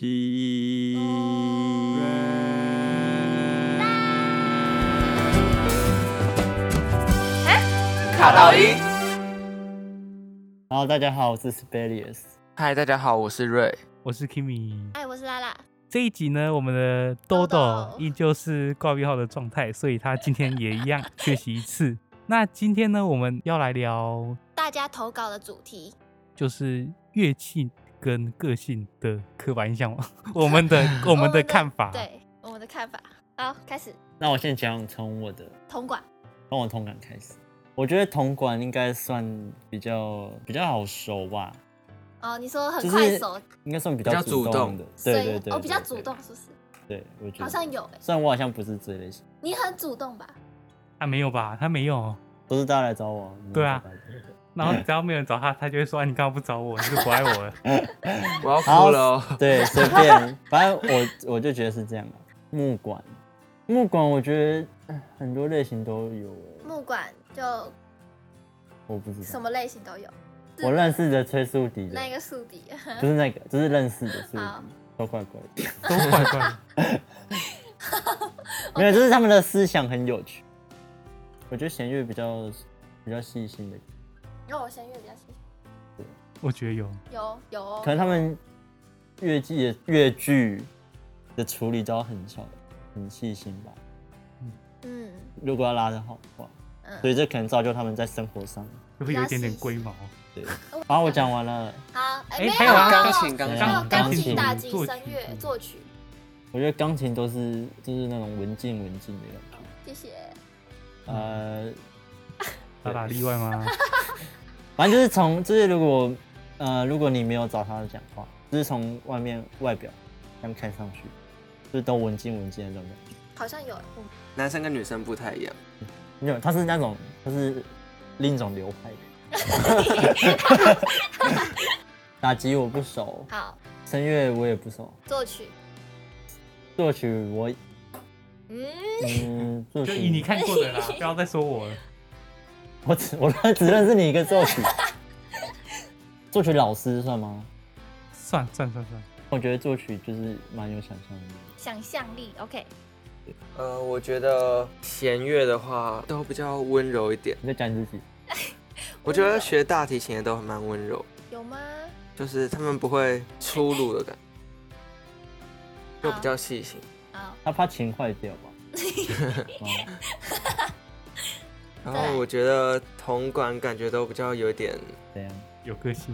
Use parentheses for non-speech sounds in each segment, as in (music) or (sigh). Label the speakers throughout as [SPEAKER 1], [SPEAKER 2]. [SPEAKER 1] 西。
[SPEAKER 2] 卡到音。
[SPEAKER 1] Hello，大家好，我是 Spelius。
[SPEAKER 2] 嗨，大家好，我是瑞。
[SPEAKER 3] 我是 Kimi。
[SPEAKER 4] 哎，我是拉拉，
[SPEAKER 3] 这一集呢，我们的豆豆
[SPEAKER 4] Dodo
[SPEAKER 3] 依旧是挂病号的状态，所以他今天也一样缺席一次。 (laughs) 那今天呢，我们要来聊
[SPEAKER 4] 大家投稿的主题，
[SPEAKER 3] 就是乐器跟个性的刻板印象， (laughs) 我们的我们的看法。，
[SPEAKER 4] 对我们的看法。好，开始
[SPEAKER 1] 那我先讲从我的，
[SPEAKER 4] 铜管，
[SPEAKER 1] 从我同感开始。我觉得铜管应该算比较比较好熟吧，
[SPEAKER 4] 哦，你说
[SPEAKER 1] 就
[SPEAKER 4] 很快
[SPEAKER 1] 是
[SPEAKER 4] 手，
[SPEAKER 1] 应该算比较
[SPEAKER 2] 比较
[SPEAKER 1] 主
[SPEAKER 2] 主
[SPEAKER 1] 动
[SPEAKER 2] 动
[SPEAKER 1] 的，
[SPEAKER 4] 所
[SPEAKER 1] 对
[SPEAKER 4] 以
[SPEAKER 1] 对对
[SPEAKER 4] 哦，比较
[SPEAKER 1] 对对
[SPEAKER 4] 主动是不是？
[SPEAKER 1] 对，我觉得
[SPEAKER 4] 好像有哎，
[SPEAKER 1] 虽然我好像不是这类型，
[SPEAKER 4] 你很主动吧？
[SPEAKER 3] 他、啊没有吧？他没有。
[SPEAKER 1] 都是大家来找我。没有
[SPEAKER 3] 对啊
[SPEAKER 1] 找大家
[SPEAKER 3] 然后只要没有人找他，他就会说：“啊，你干嘛不找我？你是不爱我了
[SPEAKER 2] 我要哭了哦。
[SPEAKER 1] 对，随便，反正我我就觉得是这样啊。木管，木管，我觉得呃很多类型都有，欸
[SPEAKER 4] 木管就
[SPEAKER 1] 我不知
[SPEAKER 4] 什
[SPEAKER 1] 道。
[SPEAKER 4] 么类型都有，
[SPEAKER 1] 我认识的吹竖笛的，
[SPEAKER 4] 那个啊宿敌，
[SPEAKER 1] 不是那个，就是认识的竖笛
[SPEAKER 4] 好，
[SPEAKER 1] 都怪怪的。？”
[SPEAKER 3] (laughs) 都怪怪的。
[SPEAKER 1] 没有，就是他们的思想很有趣。我觉得弦乐比较比较细心的，
[SPEAKER 4] 然后我弦乐比较喜
[SPEAKER 3] 我觉得有，
[SPEAKER 4] 有有哦
[SPEAKER 1] 可能他们乐器的乐句的处理都很小很细心吧。
[SPEAKER 4] 嗯
[SPEAKER 1] 如果要拉的好的话，所
[SPEAKER 4] 嗯，
[SPEAKER 1] 以这可能造就他们在生活上。
[SPEAKER 3] 就会有一点点龟毛。
[SPEAKER 1] 对，好，我讲完了。
[SPEAKER 4] 好，哎，
[SPEAKER 3] 哎
[SPEAKER 4] 没
[SPEAKER 3] 还有啊
[SPEAKER 4] 还有
[SPEAKER 2] 钢琴钢琴
[SPEAKER 4] 还有
[SPEAKER 1] 钢
[SPEAKER 4] 钢琴、
[SPEAKER 1] 琴
[SPEAKER 4] 打击、
[SPEAKER 3] 作曲
[SPEAKER 4] 声乐、作曲，
[SPEAKER 1] 我觉得钢琴都是就是那种文静文静的感觉。
[SPEAKER 4] 谢谢。
[SPEAKER 1] 呃，
[SPEAKER 3] 他打例外 (laughs) 吗？
[SPEAKER 1] 反正就是从就是如果呃如果你没有找他讲话，就是从外面外表这样看上去，就是都文静文静的那种感觉。
[SPEAKER 4] 好像有，嗯
[SPEAKER 2] 男生跟女生不太一样，
[SPEAKER 1] 没有，他是那种他是另一种流派的。打击我不熟，
[SPEAKER 4] 好，
[SPEAKER 1] 声乐我也不熟，
[SPEAKER 4] 作曲，
[SPEAKER 1] 作曲我
[SPEAKER 4] 嗯，
[SPEAKER 2] (laughs)
[SPEAKER 1] 嗯作
[SPEAKER 3] 就以你
[SPEAKER 1] 曲
[SPEAKER 3] 看过 (laughs) 的啦，不要再说我了。
[SPEAKER 1] 我只我只认识你一个作曲， (laughs) 作曲老师算吗？
[SPEAKER 3] 算算算算，
[SPEAKER 1] 我觉得作曲就是蛮有想象力的。
[SPEAKER 4] 想象力，OK，
[SPEAKER 2] 呃，我觉得弦乐的话都比较温柔一点。
[SPEAKER 1] 你在讲你自己，
[SPEAKER 2] 我觉得学大提琴的都还蛮温柔，
[SPEAKER 4] 有吗？
[SPEAKER 2] 就是他们不会粗鲁的感觉，就比较细心。
[SPEAKER 4] 好，
[SPEAKER 1] 他怕琴坏掉吧？嗯
[SPEAKER 2] 然后我觉得铜管感觉都比较有一点
[SPEAKER 1] 怎样？
[SPEAKER 3] 有个性，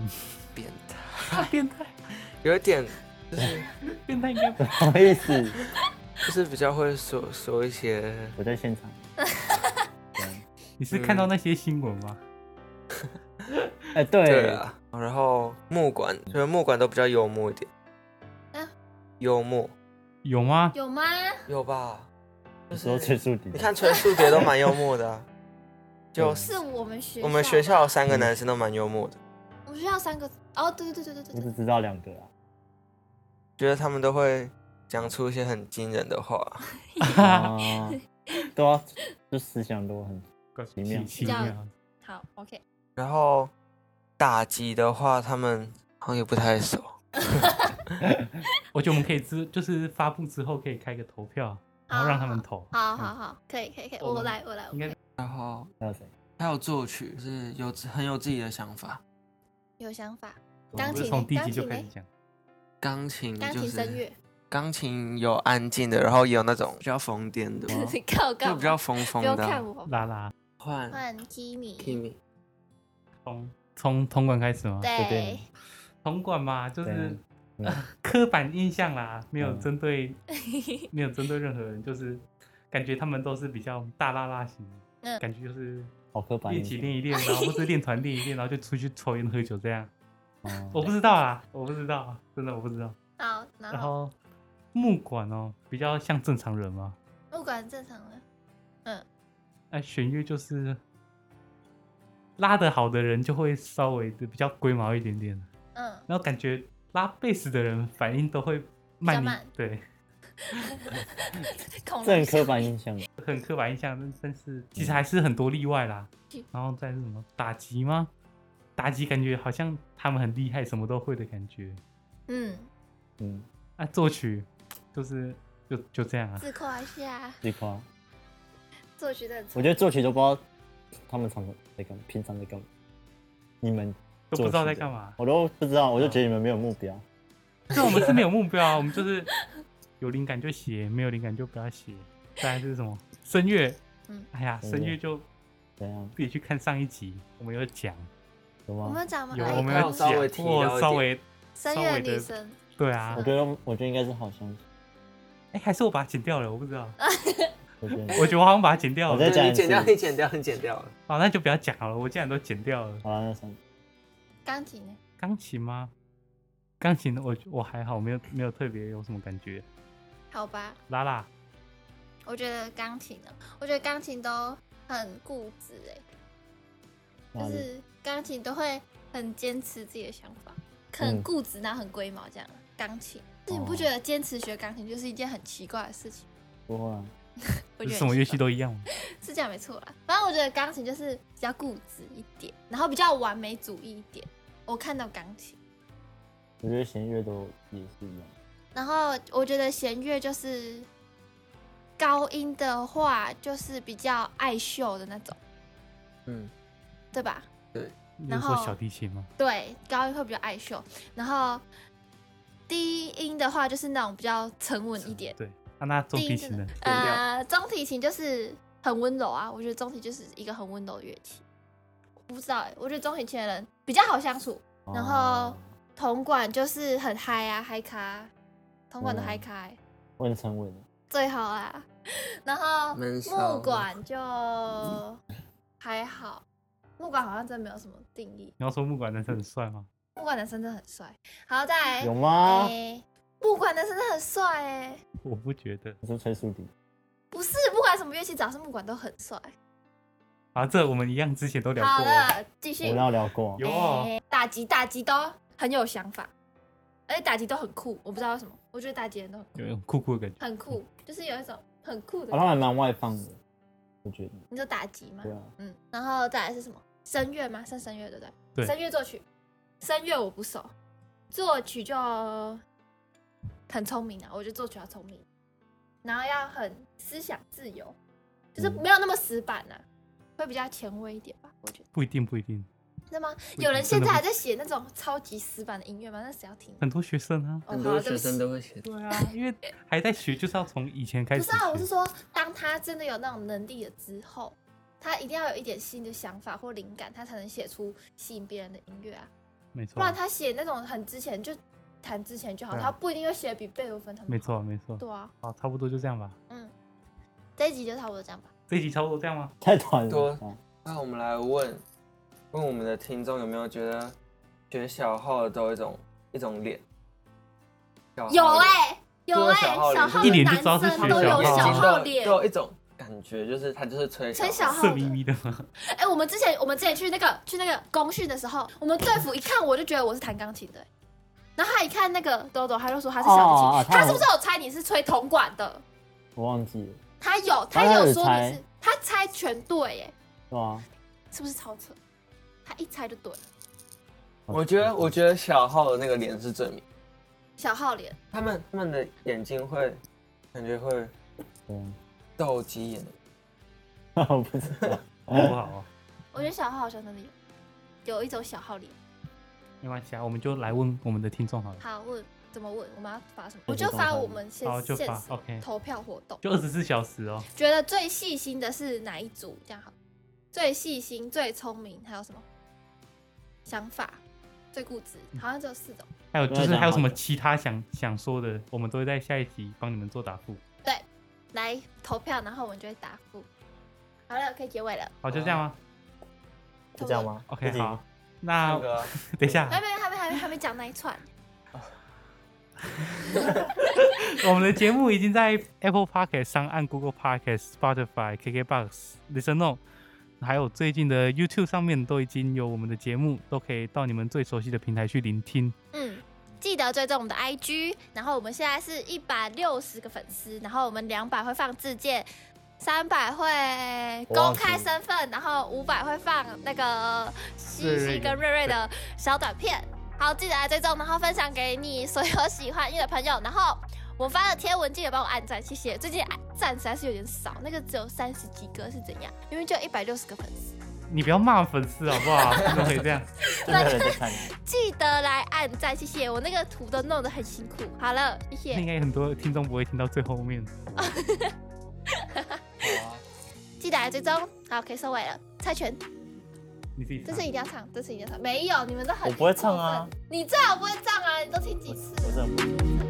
[SPEAKER 2] 变态，
[SPEAKER 3] 变态，
[SPEAKER 2] 有一点
[SPEAKER 3] 变态应该不
[SPEAKER 1] 不好意思，
[SPEAKER 2] 就是比较会说说一些
[SPEAKER 1] 我在现场。这样
[SPEAKER 3] 你是看到那些新闻吗？
[SPEAKER 1] 哎、对，
[SPEAKER 2] 对啊，然后木管，觉得木管都比较幽默一点。哎
[SPEAKER 4] 啊
[SPEAKER 2] 幽默
[SPEAKER 3] 有吗？
[SPEAKER 4] 有吗？
[SPEAKER 2] 有吧？
[SPEAKER 1] 有时候吹竖笛
[SPEAKER 2] 你，看全数学都蛮幽默 (laughs) 的啊、就
[SPEAKER 4] 就是我们学
[SPEAKER 2] 我们
[SPEAKER 4] 校
[SPEAKER 2] 学
[SPEAKER 4] 吧
[SPEAKER 2] 校有三个男生都蛮幽默的，
[SPEAKER 4] 我们学校三个哦，对对对对对
[SPEAKER 1] 我
[SPEAKER 4] 对
[SPEAKER 1] 只
[SPEAKER 4] 对，
[SPEAKER 1] 知道两个啊。
[SPEAKER 2] 觉得他们都会讲出一些很惊人的话。
[SPEAKER 1] 啊，对啊，就思想都很奇妙
[SPEAKER 3] 奇
[SPEAKER 4] 这
[SPEAKER 3] 妙
[SPEAKER 4] 样，好，OK，
[SPEAKER 2] 然后打击的话，他们好像也不太熟。
[SPEAKER 3] 我觉得我们可以之就是发布之后可以开个投票，然后让他们投。
[SPEAKER 4] 好好好，可以可以可以，
[SPEAKER 3] 我
[SPEAKER 4] 我
[SPEAKER 3] 们
[SPEAKER 4] 来我来，我
[SPEAKER 3] 应该
[SPEAKER 4] 来
[SPEAKER 2] 然后
[SPEAKER 1] 还有谁？
[SPEAKER 2] 还有作曲，就是有很有自己的想法。
[SPEAKER 4] 有想法，
[SPEAKER 1] 我
[SPEAKER 4] 钢
[SPEAKER 3] 不是
[SPEAKER 4] 琴
[SPEAKER 3] 从第一集
[SPEAKER 4] 钢琴
[SPEAKER 3] 就开
[SPEAKER 4] 嘞
[SPEAKER 3] 始讲，
[SPEAKER 2] 钢琴
[SPEAKER 4] 钢琴声乐，
[SPEAKER 2] 钢琴有安静的，然后也有那种比较疯癫
[SPEAKER 4] (laughs)
[SPEAKER 2] 的，
[SPEAKER 4] 你看我干
[SPEAKER 2] 哦就
[SPEAKER 4] 嘛？
[SPEAKER 2] 比较疯疯
[SPEAKER 4] 不要
[SPEAKER 2] 的啊。
[SPEAKER 4] 看我，
[SPEAKER 3] 拉拉
[SPEAKER 2] 换
[SPEAKER 4] 换 Kimi，
[SPEAKER 2] Kimi，
[SPEAKER 3] 从从铜管开始吗？
[SPEAKER 1] 随便
[SPEAKER 4] 对，
[SPEAKER 3] 铜管嘛，就是啊
[SPEAKER 1] 对嗯
[SPEAKER 3] 刻板印象啦，没有
[SPEAKER 1] 嗯
[SPEAKER 3] 针对 (laughs) 没有针对任何人，就是感觉他们都是比较大拉拉型的，
[SPEAKER 4] 嗯
[SPEAKER 3] 感觉就是
[SPEAKER 1] 好刻板
[SPEAKER 3] 一
[SPEAKER 1] 印
[SPEAKER 3] 起
[SPEAKER 1] 象。
[SPEAKER 3] 练一练，然后或者练团练一练，然后就出去抽烟喝酒这样。
[SPEAKER 1] 哦
[SPEAKER 3] 我不知道啊，我不知道，真的我不知道。
[SPEAKER 4] 好，然
[SPEAKER 3] 然
[SPEAKER 4] 后
[SPEAKER 3] 后木管哦，比较像正常人嘛。
[SPEAKER 4] 不管正常了，
[SPEAKER 3] 那弦乐就是拉得好的人就会稍微的比较龟毛一点点，
[SPEAKER 4] 嗯，
[SPEAKER 3] 然后感觉拉贝斯的人反应都会慢
[SPEAKER 4] 比较
[SPEAKER 3] 一
[SPEAKER 4] 慢
[SPEAKER 3] 对，
[SPEAKER 4] 恐
[SPEAKER 1] 这很
[SPEAKER 4] 龙
[SPEAKER 1] 刻板印象。
[SPEAKER 3] 很刻板印象，但但是其
[SPEAKER 4] 嗯
[SPEAKER 3] 实还是很多例外啦。然后再是什么打击吗？打击感觉好像他们很厉害，什么都会的感觉。
[SPEAKER 4] 嗯，
[SPEAKER 1] 嗯，
[SPEAKER 3] 啊，作曲就是就就这样啊，
[SPEAKER 4] 自夸一下，
[SPEAKER 1] 自夸。
[SPEAKER 4] 作曲的很
[SPEAKER 1] 我
[SPEAKER 4] 惨
[SPEAKER 1] 觉得作曲都不知道他们常常在干嘛，平常在干嘛，你们
[SPEAKER 3] 都不知道在干
[SPEAKER 1] 嘛，
[SPEAKER 3] 嘛。
[SPEAKER 1] 我都不知道，我就觉得你们没有目标。
[SPEAKER 3] 对，我们是没有目标啊，我们就是有灵感就写，没有灵感就不要写。再来是什么？声乐，
[SPEAKER 4] 嗯
[SPEAKER 3] 哎呀，
[SPEAKER 1] 声
[SPEAKER 3] 声乐
[SPEAKER 1] 乐
[SPEAKER 3] 就
[SPEAKER 1] 怎样？
[SPEAKER 3] 自己去看上一集，我们有讲，
[SPEAKER 1] 有
[SPEAKER 4] 我
[SPEAKER 1] 吗？
[SPEAKER 4] 们讲吗？
[SPEAKER 3] 有
[SPEAKER 4] 哎
[SPEAKER 3] 我们
[SPEAKER 2] 还
[SPEAKER 3] 有
[SPEAKER 2] 有稍微
[SPEAKER 3] 讲
[SPEAKER 2] 提
[SPEAKER 3] 过
[SPEAKER 2] 到一
[SPEAKER 3] 稍
[SPEAKER 2] 点
[SPEAKER 3] 微，
[SPEAKER 4] 声
[SPEAKER 3] 稍
[SPEAKER 4] 乐
[SPEAKER 3] 微的
[SPEAKER 4] 女神，
[SPEAKER 3] 对啊
[SPEAKER 1] 我，觉得我觉得应该是好像，
[SPEAKER 3] 哎，还是我把它剪掉了，我不知道，
[SPEAKER 1] 我觉得
[SPEAKER 4] 嗯
[SPEAKER 3] 我觉得我好像把它剪掉
[SPEAKER 1] 我再
[SPEAKER 3] 了。
[SPEAKER 1] 讲
[SPEAKER 2] 对
[SPEAKER 1] 一
[SPEAKER 2] 你剪掉，
[SPEAKER 1] 次
[SPEAKER 2] 你剪掉，你剪掉了。
[SPEAKER 3] 好，那就不要讲好了，我既然都剪掉了。
[SPEAKER 1] 好了，那算了。
[SPEAKER 4] 钢琴呢？
[SPEAKER 3] 钢琴吗？钢琴我我还好，没有没有特别有什么感觉。
[SPEAKER 4] 好吧，
[SPEAKER 3] 拉拉，
[SPEAKER 4] 我觉得钢琴啊，我觉得钢琴都很固执哎、
[SPEAKER 1] 哪
[SPEAKER 4] 就
[SPEAKER 1] 里？
[SPEAKER 4] 是钢琴都会很坚持自己的想法，很
[SPEAKER 1] 嗯
[SPEAKER 4] 固执，然后很龟毛这样。钢琴，但是你不
[SPEAKER 1] 哦
[SPEAKER 4] 觉得坚持学钢琴就是一件很奇怪的事情？
[SPEAKER 1] 不会啊，
[SPEAKER 4] 我觉得
[SPEAKER 3] 什么
[SPEAKER 4] 很
[SPEAKER 3] 乐
[SPEAKER 4] 奇怪
[SPEAKER 3] 器都一样吗？
[SPEAKER 4] 是这样没错啦。反正我觉得钢琴就是比较固执一点，然后比较完美主义一点。我看到钢琴，
[SPEAKER 1] 我觉得弦乐都也是一样。
[SPEAKER 4] 然后我觉得弦乐就是高音的话，就是比较爱秀的那种，
[SPEAKER 2] 嗯，
[SPEAKER 4] 对吧？
[SPEAKER 3] 你
[SPEAKER 4] 然
[SPEAKER 3] 是说
[SPEAKER 4] 后
[SPEAKER 3] 小提琴吗？
[SPEAKER 4] 对，高音会比较爱秀，然后低音的话就是那种比较沉稳一点。
[SPEAKER 3] 对，啊、那中
[SPEAKER 4] 低
[SPEAKER 3] 提
[SPEAKER 4] 音真
[SPEAKER 3] 琴
[SPEAKER 4] 的
[SPEAKER 3] 呢？
[SPEAKER 2] 变调
[SPEAKER 4] 呃，中提琴就是很温柔啊，我觉得中提就是一个很温柔的乐器。我不知道、欸，我觉得中提琴的人比较好相处，然后
[SPEAKER 1] 哦
[SPEAKER 4] 铜管就是很嗨啊，嗨咖，铜管都
[SPEAKER 1] 嗯
[SPEAKER 4] 嗨咖欸、
[SPEAKER 1] 我很沉稳的，
[SPEAKER 4] 最好啦。 (laughs) 然后
[SPEAKER 2] 闷骚
[SPEAKER 4] 木管就还好，木管好像真的没有什么定义。
[SPEAKER 3] 你要说木管男生很帅吗？
[SPEAKER 4] 木管男生真的很帅，好再来
[SPEAKER 1] 有，吗？
[SPEAKER 4] 欸木管男生真的很帅哎、
[SPEAKER 3] 我不觉得。
[SPEAKER 1] 你说吹竖笛，
[SPEAKER 4] 不是不管什么乐器，只要是木管都很帅。
[SPEAKER 3] 啊，这我们一样，之前都聊
[SPEAKER 4] 好
[SPEAKER 3] 过了。
[SPEAKER 4] 了，继续
[SPEAKER 1] 我。们有聊过。
[SPEAKER 3] 有哦，
[SPEAKER 4] 欸打击打击都很有想法，而且打击都很酷，我不知道为什么，我觉得打击人都很
[SPEAKER 3] 有一种酷酷的感觉。
[SPEAKER 4] 很酷，就是有一种很酷的
[SPEAKER 1] 好，啊他
[SPEAKER 4] 感觉。
[SPEAKER 1] 们还蛮外放的，我觉得。
[SPEAKER 4] 你说打击吗
[SPEAKER 1] 对？啊，
[SPEAKER 4] 嗯，然后再来是什么？声乐吗？是声乐对不对？
[SPEAKER 3] 对
[SPEAKER 4] 声乐作曲，声乐我不熟，作曲就很聪明啊，我觉得作曲要聪明，然后要很思想自由，就是没有那么死板啊，会比较前卫一点吧，我觉得。
[SPEAKER 3] 不一定，不一定。
[SPEAKER 4] 那么
[SPEAKER 3] 不
[SPEAKER 4] 有人现
[SPEAKER 3] 真的
[SPEAKER 4] 在
[SPEAKER 3] 不
[SPEAKER 4] 还在写那种超级死板的音乐吗？那谁要听？
[SPEAKER 3] 很多学生啊，
[SPEAKER 4] 哦
[SPEAKER 2] 很
[SPEAKER 4] 好
[SPEAKER 2] 多
[SPEAKER 4] 啊对
[SPEAKER 2] 学
[SPEAKER 4] 不起
[SPEAKER 2] 生都会写。
[SPEAKER 3] 对啊， (laughs) 因为还在学，就是要从以前开
[SPEAKER 4] 不
[SPEAKER 3] 始。
[SPEAKER 4] 是啊，我是，说，当他真的有那种能力了之后，他一定要有一点新的想法或灵感，他才能写出吸引别人的音乐啊。
[SPEAKER 3] 没错
[SPEAKER 4] 不，然他写那种很之前就弹之前就好，
[SPEAKER 3] 对啊
[SPEAKER 4] 他不一定会写得比贝多芬他们
[SPEAKER 3] 没
[SPEAKER 4] 好。
[SPEAKER 3] 错，没错。
[SPEAKER 4] 对啊，
[SPEAKER 3] 好，差不多就这样吧。
[SPEAKER 4] 嗯，这一集就差不多这样吧。
[SPEAKER 3] 这一集差不多这样吗？
[SPEAKER 1] 太短
[SPEAKER 2] 多
[SPEAKER 1] 了。啊
[SPEAKER 2] 那我们来问问我们的听众有没有觉得学小号都有一种一种脸？小号
[SPEAKER 4] 有
[SPEAKER 2] 脸
[SPEAKER 4] 哎、有
[SPEAKER 2] 多
[SPEAKER 4] 哎、
[SPEAKER 2] 小号
[SPEAKER 4] 小
[SPEAKER 2] 脸
[SPEAKER 4] 号
[SPEAKER 3] 一
[SPEAKER 4] 的
[SPEAKER 3] 脸就
[SPEAKER 4] 男
[SPEAKER 3] 知道是
[SPEAKER 4] 生
[SPEAKER 3] 学
[SPEAKER 4] 都
[SPEAKER 3] 小
[SPEAKER 4] 有
[SPEAKER 3] 号
[SPEAKER 4] 小
[SPEAKER 2] 眼睛都
[SPEAKER 4] 号
[SPEAKER 2] 有
[SPEAKER 4] 脸
[SPEAKER 2] 都。有一种感觉，就是他就是吹
[SPEAKER 4] 吹
[SPEAKER 2] 小
[SPEAKER 4] 小
[SPEAKER 2] 号
[SPEAKER 4] 号
[SPEAKER 3] 色
[SPEAKER 4] 的
[SPEAKER 3] 眯，眯的吗？
[SPEAKER 4] 哎、我们之前我们之前去那个去那个公训的时候，我们队服一看我就觉得我是弹钢琴的、哎然后他一看那个豆豆，他就说他是小提琴，
[SPEAKER 1] 哦哦哦他
[SPEAKER 4] 他是不是有猜你是吹铜管的？
[SPEAKER 1] 我忘记了，
[SPEAKER 4] 他有，
[SPEAKER 1] 他
[SPEAKER 4] 他有
[SPEAKER 1] 有
[SPEAKER 4] 说
[SPEAKER 1] 猜
[SPEAKER 4] 你是，他猜全对耶，
[SPEAKER 1] 对啊。
[SPEAKER 4] 是不是超扯？他一猜就对了。
[SPEAKER 2] 我觉得，我觉得小号的那个脸是证明，
[SPEAKER 4] 小号脸，
[SPEAKER 2] 他们他们的眼睛会感觉会
[SPEAKER 1] 对啊，
[SPEAKER 2] 斗鸡眼，
[SPEAKER 1] (laughs) 我不知道。
[SPEAKER 3] 好不好啊？
[SPEAKER 4] 我觉得小号好像真的有，有一种小号脸。
[SPEAKER 3] 没关系啊，我们就来问我们的听众好了。
[SPEAKER 4] 好问怎么问？我们要发什么？
[SPEAKER 1] 我
[SPEAKER 4] 我
[SPEAKER 1] 觉
[SPEAKER 4] 就
[SPEAKER 1] 得
[SPEAKER 4] 发
[SPEAKER 1] 刚才
[SPEAKER 4] 我们现
[SPEAKER 3] 好就
[SPEAKER 4] 现
[SPEAKER 3] 发
[SPEAKER 4] 实
[SPEAKER 3] OK
[SPEAKER 4] 投票活动，
[SPEAKER 3] 就二十四小时哦。
[SPEAKER 4] 觉得最细心的是哪一组？这样好，最细心、最聪明，还有什么想法？最固执，好像只有四种。
[SPEAKER 3] 还有就
[SPEAKER 1] 对
[SPEAKER 3] 是
[SPEAKER 1] 讲
[SPEAKER 3] 还有什
[SPEAKER 1] 好
[SPEAKER 3] 么
[SPEAKER 1] 的
[SPEAKER 3] 其他想想说的，我们都会在下一集帮你们做答复。
[SPEAKER 4] 来投票，然后我们就会答复。好了，可以结尾了。
[SPEAKER 3] 好，就这样吗
[SPEAKER 1] 是这样 (laughs) 吗
[SPEAKER 3] ？OK，
[SPEAKER 1] 自己
[SPEAKER 3] 好。那
[SPEAKER 2] 那个
[SPEAKER 3] 等一下
[SPEAKER 4] 还，没还没还没还没讲那一串。
[SPEAKER 3] (laughs) 我们的节目已经在 Apple Podcast 上、按 Google Podcast、Spotify、KKBox、Listen On，还有最近的 YouTube 上面都已经有我们的节目，都可以到你们最熟悉的平台去聆听。
[SPEAKER 4] 嗯，记得追踪我们的 IG，然后我们现在是一百六十个粉丝，然后我们两百会放自荐，三百会公开身份，然后五百会放那个西西跟瑞瑞的小短片。好，记得来追踪，然后分享给你所有喜欢音乐的朋友。然后我发的贴文记得帮我按赞，谢谢。最近按赞实在是有点少，那个只有三十几个是怎样？明明就一百六十个粉丝。
[SPEAKER 3] 你不要骂粉丝好不好？怎么可以这样？
[SPEAKER 1] 真的有人在看你。
[SPEAKER 4] 记得来按赞，谢谢。我那个图都弄得很辛苦。好了，谢
[SPEAKER 3] 应
[SPEAKER 4] 谢。
[SPEAKER 3] 该很多听众不会听到最后面。
[SPEAKER 5] 好啊
[SPEAKER 4] 记得来追踪。好，可以收尾了。猜拳，
[SPEAKER 3] 你自己
[SPEAKER 4] 这
[SPEAKER 3] 唱
[SPEAKER 4] 次一定要唱，这次一定要唱。没有，你们都很
[SPEAKER 1] 我不会唱啊
[SPEAKER 4] 过分，你最好不会唱啊，你都听几次了？
[SPEAKER 1] 我真的不。